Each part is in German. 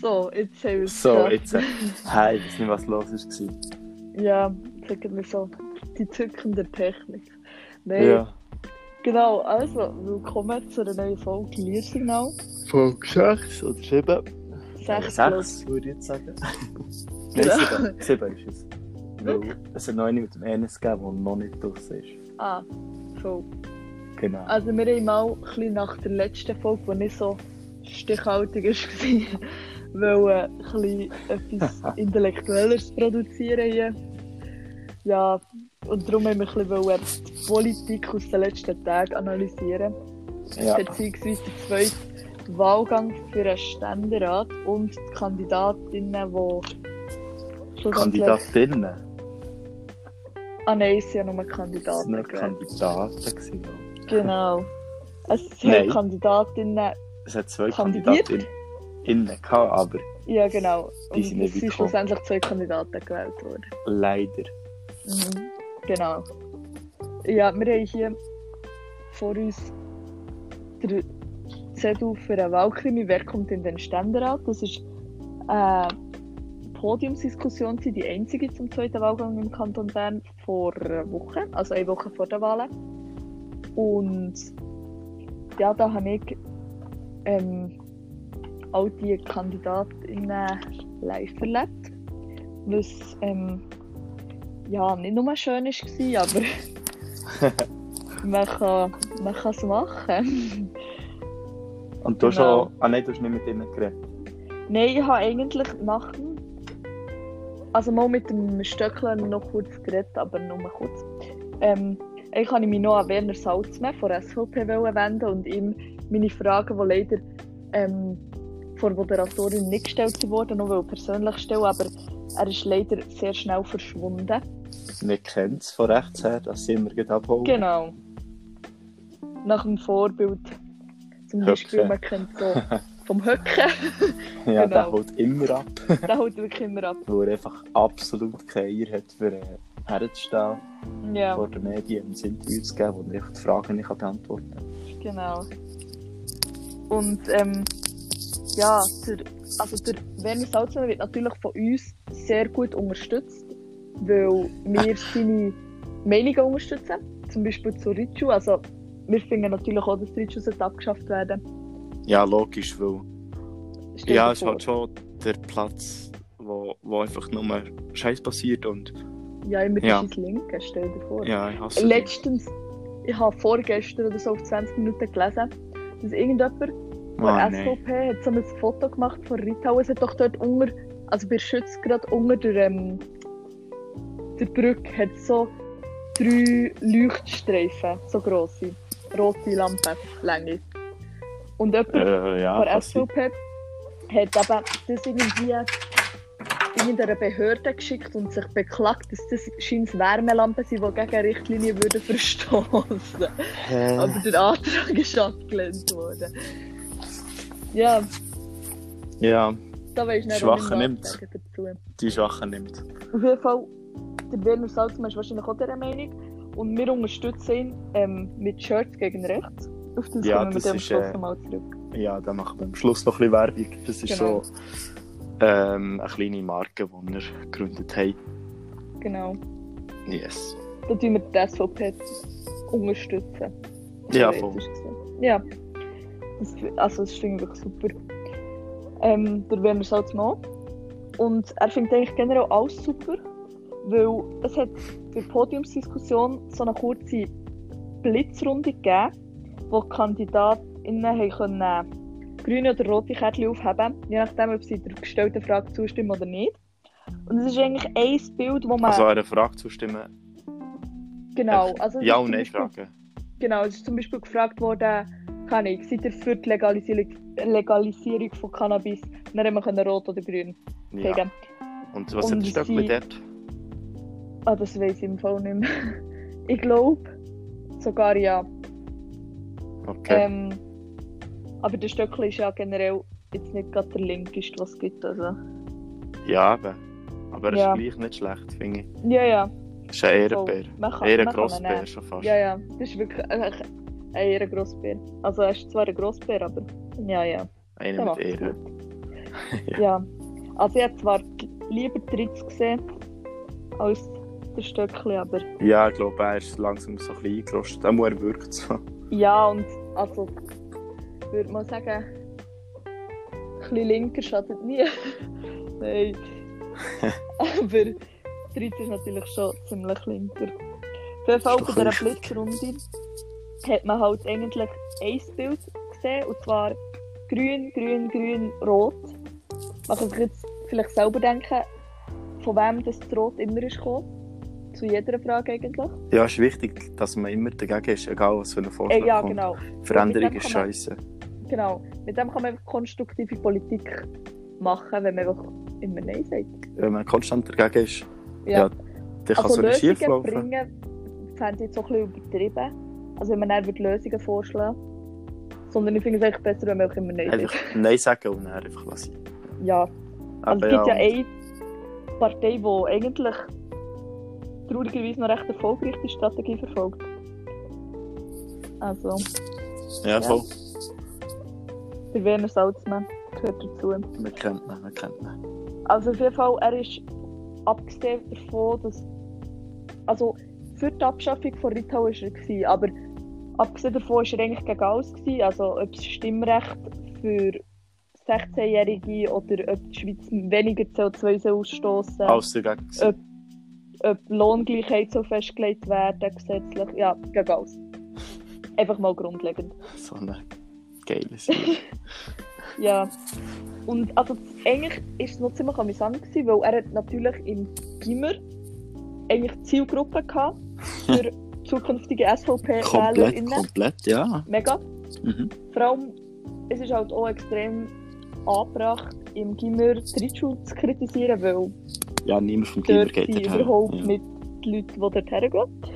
So, jetzt haben wir es. So, geschafft. jetzt. Äh, hey, ich weiß nicht, was los ist. gewesen. Ja, sagen wir so. Die zückende Technik. Nein, Ja. genau. Also, willkommen zu einer neuen Folge Lehrsignal. Folge 6 oder 7? Sechs plus. Äh, würde ich jetzt sagen. Ja. Nein, 7. 7 ist es. Weil es hat noch eine mit dem Ernest gegeben, der noch nicht draußen ist. Ah, voll. Genau. Also, wir haben mal ein bisschen nach der letzten Folge, die nicht so stichhaltig war, weil ein bisschen etwas Intellektuelles produzieren hier. Ja, und darum haben wir ein bisschen wollen die Politik aus den letzten Tagen analysieren. ja. beziehungsweise der zweite Wahlgang für einen Ständerat und die Kandidatinnen, die schlussendlich- Kandidatinnen. Ah nein, es sind ja nur Das sind Kandidaten. nicht gell? Kandidaten. Gewesen. genau. Es sind Nein. Kandidatinnen, Es hat zwei Kandidiert? Kandidatinnen gehabt, aber ja genau. Die sind Und nicht es sind gekommen. schlussendlich zwei Kandidaten gewählt worden. leider. Mhm. Genau. Ja, wir haben hier vor uns den Zettel für einen Wahlkrimi. Wer kommt in den Ständerat? Das ist eine Podiumsdiskussion, gewesen, die einzige zum zweiten Wahlgang im Kanton Bern vor einer Woche, also eine Woche vor der Wahlen. Und ja, da habe ich ähm, all die Kandidatinnen live erlebt, was ähm, ja, nicht nur schön war, aber man, kann, man kann es machen. Und du hast Genau. schon. Ah nein, du hast nicht mit ihnen geredet. Nein, ich habe eigentlich nach dem. Also mal mit dem Stöckler noch kurz geredet, aber nur mal kurz. Ähm, ich kann mich noch an Werner Salzmann von SVP wenden und ihm meine Fragen, die leider ähm, von der Moderatorin nicht gestellt wurden, nur weil ich persönlich stellen, aber er ist leider sehr schnell verschwunden. Wir kennen es von rechts her, dass sie immer gleich abholen. Genau. Nach dem Vorbild. Zum Höcke. Beispiel, man kennt so vom Höcken. Ja, der genau. holt immer ab. Der holt wirklich immer ab. wo er einfach absolut keine Eier hat, für äh, herzustehen Ja, vor den Medien und Interview zu geben, wo er einfach die Fragen nicht beantworten kann. genau. Und ähm, ja, der, also der Werner Salzmann wird natürlich von uns sehr gut unterstützt, weil wir seine Meinungen unterstützen. Zum Beispiel zu Ritschu. Also, wir finden natürlich auch, dass Ritschu sollte abgeschafft werden. Ja, logisch, weil Stell dir ja, es ist vor. halt schon der Platz, wo, wo einfach nur Scheiß passiert und ja, immer Ja. ja. ist Linke, stell dir vor. ja, ich hasse Letztens, ich habe vorgestern oder so auf 20 Minuten gelesen, dass irgendjemand den. von Ah, der nein. SVP hat so ein Foto gemacht von Rithau. Es hat doch dort unter, also bei Schütz gerade unter der, ähm, der Brücke hat so drei Leuchtstreifen, so grosse, rote Lampenlänge. Und jemand Äh, ja, von der passiert. SVP hat aber das irgendwie irgendeiner Behörde geschickt und sich beklagt, dass das scheint Wärmelampen sind, die gegen eine Richtlinie würden verstoßen. Hä? Aber der Antrag ist abgelehnt worden. Ja, Ja, da weiß ich nicht, Schwache was nimmt's. sagen dazu. die Schwachen nimmt. Auf jeden Fall, der Werner Salzmann ist wahrscheinlich auch dieser Meinung. Und wir unterstützen ihn ähm, mit Shirts gegen rechts. Auf das Ja, kommen wir das dann am ist, Schluss äh, nochmal zurück. Ja, dann machen wir am Schluss noch ein bisschen Werbung. Das ist Genau. so ähm, eine kleine Marke, die wir gegründet haben. Genau. Yes. Da tun wir die SVP unterstützen. Ja, theoretisch voll. gesehen. Ja. Das, also, das ist eigentlich super. Ähm, der Werner Salzmann. Und er findet eigentlich generell alles super, weil es hat bei der Podiumsdiskussion so eine kurze Blitzrunde gegeben, wo die KandidatInnen haben können äh, grüne oder rote Kärtchen aufheben je nachdem, ob sie der gestellten Frage zustimmen oder nicht. Und es ist eigentlich ein Bild, wo man... Also einer Frage zustimmen. genau, echt also es Ja ist und zum nein Beispiel- Fragen. Genau, es ist zum Beispiel gefragt worden, kann ich, seid ihr für die Legalisierung, Legalisierung von Cannabis? Dann haben wir können rot oder grün Ja. sagen. Und was Und hat der Stöckli sie- dort? Ah, das weiß ich im Fall nicht mehr. ich glaube, sogar ja. Okay. Ähm, aber der Stöckli ist ja generell jetzt nicht gerade der linkeste, was es gibt. Also. ja, eben. Aber er Ja. ist gleich nicht schlecht, finde ich. Ja, ja. Es ist ein Ehrenbär. voll. Man kann- Eher man ein kann ihn Grossbär nehmen. schon fast. Ja, ja. Das ist wirklich ein, ein Ehrengrossbär. Also, er ist zwar ein Grossbär, aber ja, ja. Der Einer mit macht's Ehre. gut. ja. Also ich habe zwar g- lieber die Ritz gesehen als der Stöckli, aber Ja, ich glaube, er ist langsam so ein bisschen eingerostet. Aber er wirkt so. ja und also würde man sagen, ein bisschen linker schadet nie. Nein. aber die Ritz ist natürlich schon ziemlich linker. Auf jeden Fall Ist doch bei dieser richtig. Blitzrunde hat man halt eigentlich ein Bild gesehen und zwar grün, grün, grün, rot. Man kann sich jetzt vielleicht selber denken, von wem das Rot immer ist gekommen. Zu jeder Frage eigentlich. Ja, es ist wichtig, dass man immer dagegen ist, egal was für ein Vorschlag Äh, ja, kommt. genau. Veränderung Mit dem ist kann man- scheiße. genau. Mit dem kann man einfach konstruktive Politik machen, wenn man einfach immer Nein sagt. Wenn man konstant dagegen ist, Ja. Ja, dann kann so nicht schief Also Lösungen laufen. bringen, fände ich jetzt auch ein bisschen übertrieben. Also wenn man dann würde Lösungen vorschlagen Sondern ich finde es eigentlich besser, wenn man einfach immer Nein sagt. Einfach Nein sagen und dann einfach lassen. Ja. Also es gibt Aber ja eine Partei, die eigentlich traurigerweise noch recht erfolgreich die Strategie verfolgt. Also, ja, voll. der Werner Salzmann gehört dazu. Man kennt ihn, man kennt ihn. Also auf jeden Fall, er ist abgesehen davon, dass... Also für die Abschaffung von Rithau war er, gewesen, aber abgesehen davon war er eigentlich gegen alles. Gewesen, also ob das Stimmrecht für 16-Jährige oder ob die Schweiz weniger CO2 soll ausstoßen Alles dagegen. gewesen. Äh, ob Lohngleichheit so festgelegt werden, gesetzlich, ja, gegen alles. Einfach mal grundlegend. So eine geile Sache. Ja. Und also eigentlich war es noch ziemlich amüsant, gewesen, weil er hat natürlich im Gimmer eigentlich die Zielgruppe gehabt für zukünftige komplett, SVP-WählerInnen. komplett, ja. Mega. Mhm. Vor allem, es ist halt auch extrem angebracht, im Gimmer die Ritschule zu kritisieren, weil Ja, niemand vom Gimmer dort geht sind dorthin. überhaupt ja. nicht die Leute, die dort hergehen.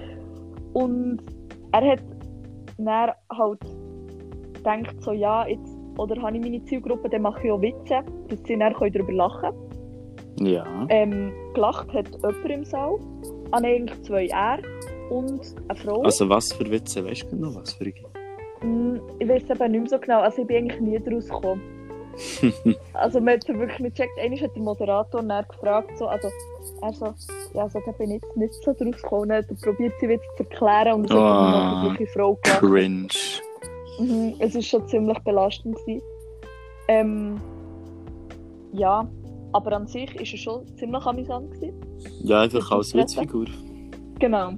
Und er hat dann halt gedacht, so ja, jetzt oder habe ich meine Zielgruppe, dann mache ich auch Witze, dass sie dann können darüber lachen können. Ja. Ähm, gelacht hat jemand im Saal, an eigentlich zwei er und eine Frau. Also, was für Witze weißt du genau? Was für eine? Hm, ich weiß aber nicht mehr so genau, also ich bin eigentlich nie daraus gekommen. Also man hat es wirklich nicht gecheckt. Einmal hat der Moderator dann gefragt, so, also, er so, ja, so, da bin ich jetzt nicht so draus gekommen. Er probiert sie wieder zu erklären und so Oh. hat er noch die Frau gemacht. Cringe. Mhm, es war schon ziemlich belastend. Gewesen. Ähm, ja, aber an sich war es schon ziemlich amüsant. Gewesen. Ja, einfach als Interesse. Witzfigur. Genau.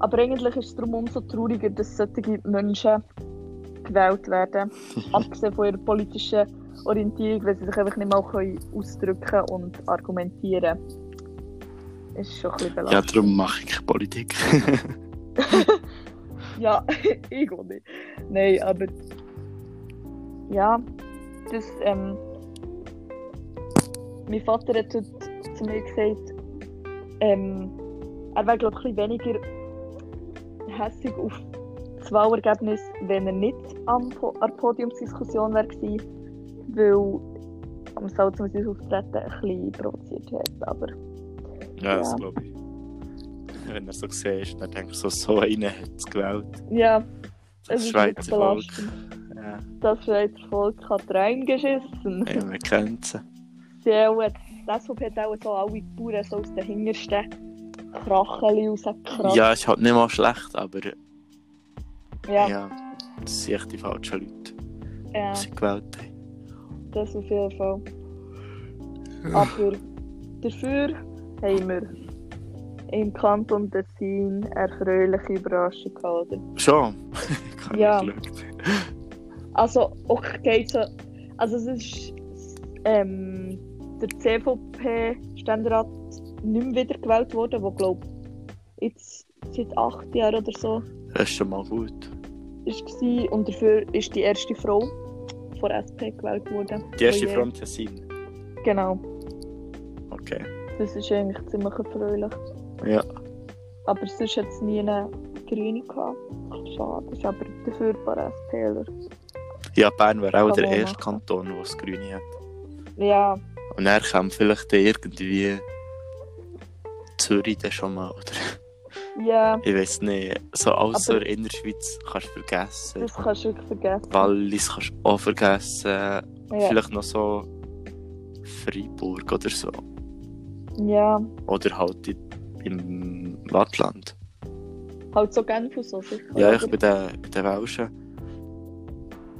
Aber eigentlich ist es darum umso trauriger, dass solche Menschen gewählt werden. abgesehen von ihrer politischen Orientierung, weil sie sich einfach nicht mal können ausdrücken und argumentieren Ist schon ein bisschen Ja, belastend. darum mache ich keine Politik. Ja, ich auch nicht. Nein, aber. eh, Ja, das. Ähm, mein Vater hat heute zu mir gesagt, ähm, er wäre, glaube ich, ein bisschen weniger hässig auf das Wahlergebnis, wenn dus er nicht am po an der Podiumsdiskussion wäre, gewesen, weil am Salzmann sein Auftreten ein bisschen provoziert hat. Aber Ja, das Ja. glaube ich. Wenn er so siehst, dann denkst du so, so einen hat es gewählt. ja, Das es ist Schweizer wirklich Volk. belastend. Ja, Das Schweizer Volk hat reingeschissen. ja, wir kennen sie. Die auch, die SVP hat auch so alle Bauern so aus den hintersten Kracheli rausgekratzt. Ja, ist halt nicht mal schlecht, aber ja, ja. das sind echt die falschen Leute, ja, die sie gewählt haben. das auf jeden Fall. Aber dafür haben wir im Kanton Tessin eine erfreuliche Überraschung gehabt. oder? Schon? ich habe Ja. nicht geschaut. Also, okay, so, also es ist ähm, der CVP-Ständerat nicht mehr wiedergewählt worden, der glaube jetzt seit acht Jahren oder so Das ist schon mal gut. war und dafür ist die erste Frau von SP gewählt worden. Die erste Von Oh je- Frau im Tessin. Genau, Okay. das ist eigentlich ziemlich erfreulich. Ja. Aber sonst hat es nie eine Grüne gehabt. Schade, ist aber dafür ein paar SPler. Ja, Bern wäre auch Kann der man erste machen. Kanton, der das Grüne hat. Ja, Und er kam vielleicht dann irgendwie Zürich dann schon mal, oder? ja, Ich weiß nicht, so alles Aber- so in der Schweiz kannst du vergessen. das kannst du wirklich vergessen. Wallis kannst du auch vergessen. ja. Vielleicht noch so Freiburg oder so. Ja, Oder halt in, im Wattland. halt so Genf und so. sicher, Ja, ich oder? bin der, bei den Welschen.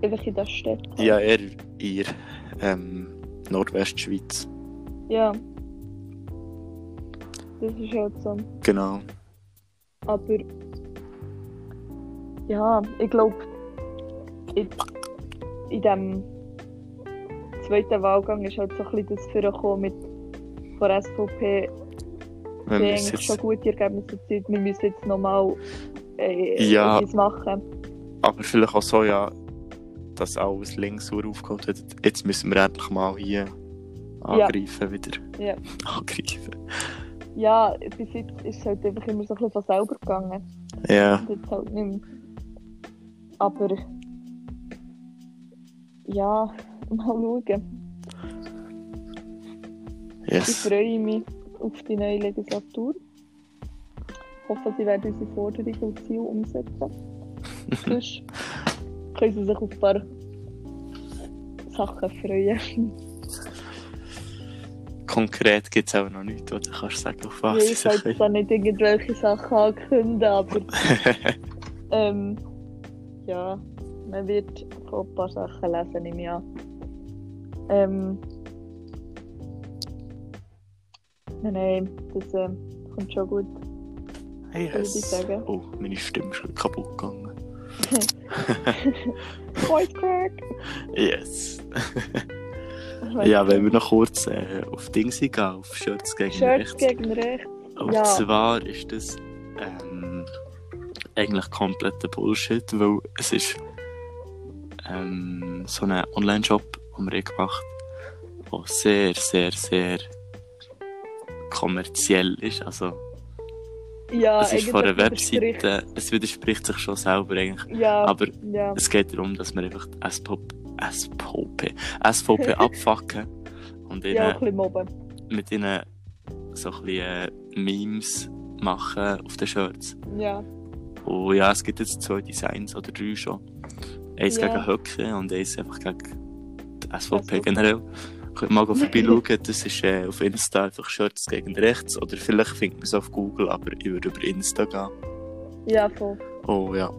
Einfach in der Stadt. Ja, eher ihr ähm, Nordwestschweiz. Ja. Das ist halt so. Genau. Aber ja, ich glaube, in, in dem zweiten Wahlgang ist halt so ein bisschen das vorgekommen mit von der SVP, die Wenn wir es eigentlich jetzt, schon gute Ergebnisse zieht. Wir müssen jetzt nochmal äh, Ja. etwas machen. aber vielleicht auch so, ja, dass alles links so aufgeholt hat. Jetzt müssen wir endlich mal hier angreifen wieder. Ja. Angreifen. Ja, bis jetzt ist es halt einfach immer so ein bisschen von selber gegangen. Ja, Und jetzt halt nicht mehr. Aber ja, mal schauen. Ich yes. freue mich auf die neue Legislatur. Ich hoffe, sie werden unsere Forderungen und Ziele umsetzen. Sonst können sie sich auf ein paar Sachen freuen. Konkret gibt es aber noch nichts, wo du kannst sagen, auf Ja, was ich sich- wollte jetzt da nicht irgendwelche Sachen ankünden, aber ähm, ja, man wird auch ein paar Sachen lesen im Jahr. Ähm, nein, nein, das ähm, kommt schon gut. yes. sagen. Oh, meine Stimme ist gerade kaputt gegangen. Voice crack! Yes. Ja, wenn wir noch kurz äh, auf Ding gehen, auf Shirts gegen Shirts rechts. gegen rechts. Und ja. zwar ist das ähm, eigentlich kompletter Bullshit, weil es ist ähm, so ein Online-Shop, den wir gemacht haben, der sehr, sehr, sehr kommerziell ist. Also, Ja, es ist von einer eigentlich widerspricht- Webseite, es widerspricht sich schon selber eigentlich. Ja, Aber ja, es geht darum, dass wir einfach die SVP, SVP, SVP abfacken und ihnen ja, auch ein bisschen mobben. mit ihnen so ein bisschen äh, Memes machen auf den Shirts. Ja, Und Oh ja, es gibt jetzt zwei Designs oder drei schon. Eins Ja. gegen Höcke und eins einfach gegen die SVP SVP. generell. Könnt mal vorbeischauen, das ist äh, auf Insta einfach Shirts gegen rechts oder vielleicht findet man es auf Google, aber ich würde über Insta gehen. ja, voll. Oh ja.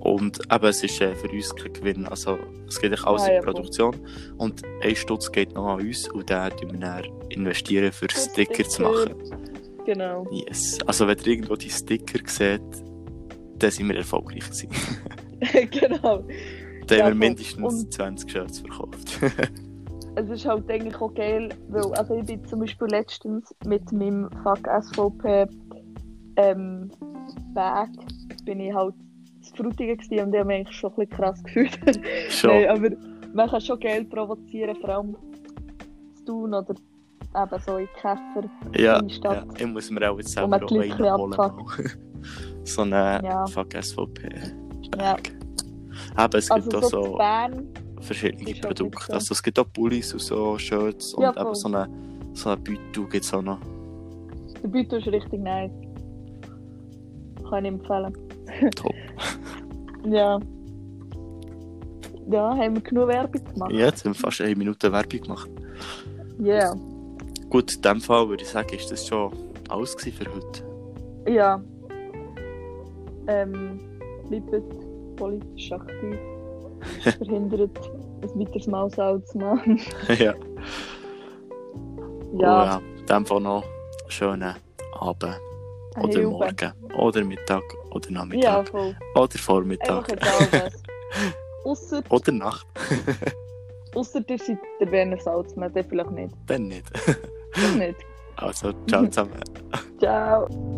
Und eben, es ist äh, für uns kein Gewinn. Also, es geht eigentlich alles Ah, in ja, die Produktion. Und ein Stutz geht noch an uns und den investieren wir dann investieren, für Für Sticker zu machen. eh, Genau. Yes. Also wenn ihr irgendwo die Sticker seht, dann sind wir erfolgreich gewesen. genau. Dann Ja, voll. haben wir mindestens Und- 20 Shirts verkauft. Es ist halt eigentlich auch geil, weil also ich bin zum Beispiel letztens mit meinem Fuck SVP ähm, Bag bin ich halt zu Frutigen gewesen und ich habe mich eigentlich schon ein bisschen krass gefühlt. Schon. Nein, aber man kann schon geil provozieren, vor allem zu tun oder eben so in Käfer. ja, kleine Stadt. ja, ich muss mir auch jetzt Wo selber man die auch Leute einen holen. abfuckt. mal. so eine Ja. Fuck SVP. Ja. Aber es gibt Also auch so, so so Bern. verschiedene ist halt Produkte. nicht so. Also es gibt auch Pullis und so Shirts Ja, und eben voll. so eine so eine Beutel gibt es auch noch. Der Beutel ist richtig nice. Kann ich empfehlen. Top. Ja. Ja, haben wir genug Werbung gemacht? Ja, jetzt haben wir fast eine Minute Werbung gemacht. Yeah. Gut, in dem Fall würde ich sagen, ist das schon alles gewesen für heute. Ja. Ähm, bleibt politisch aktiv. Verhindert ein weiteres Mausau zu machen. ja. Ja, Oh ja, in dem Fall noch einen schönen Abend eine oder Hilfe. Morgen oder Mittag oder Ja, Nachmittag voll. oder Vormittag Einfach egal was. Ausser, oder Nacht, ausser ihr seid der Werner Salzmann, der vielleicht nicht. dann nicht. Vielleicht nicht. Also, ciao zusammen. Ciao.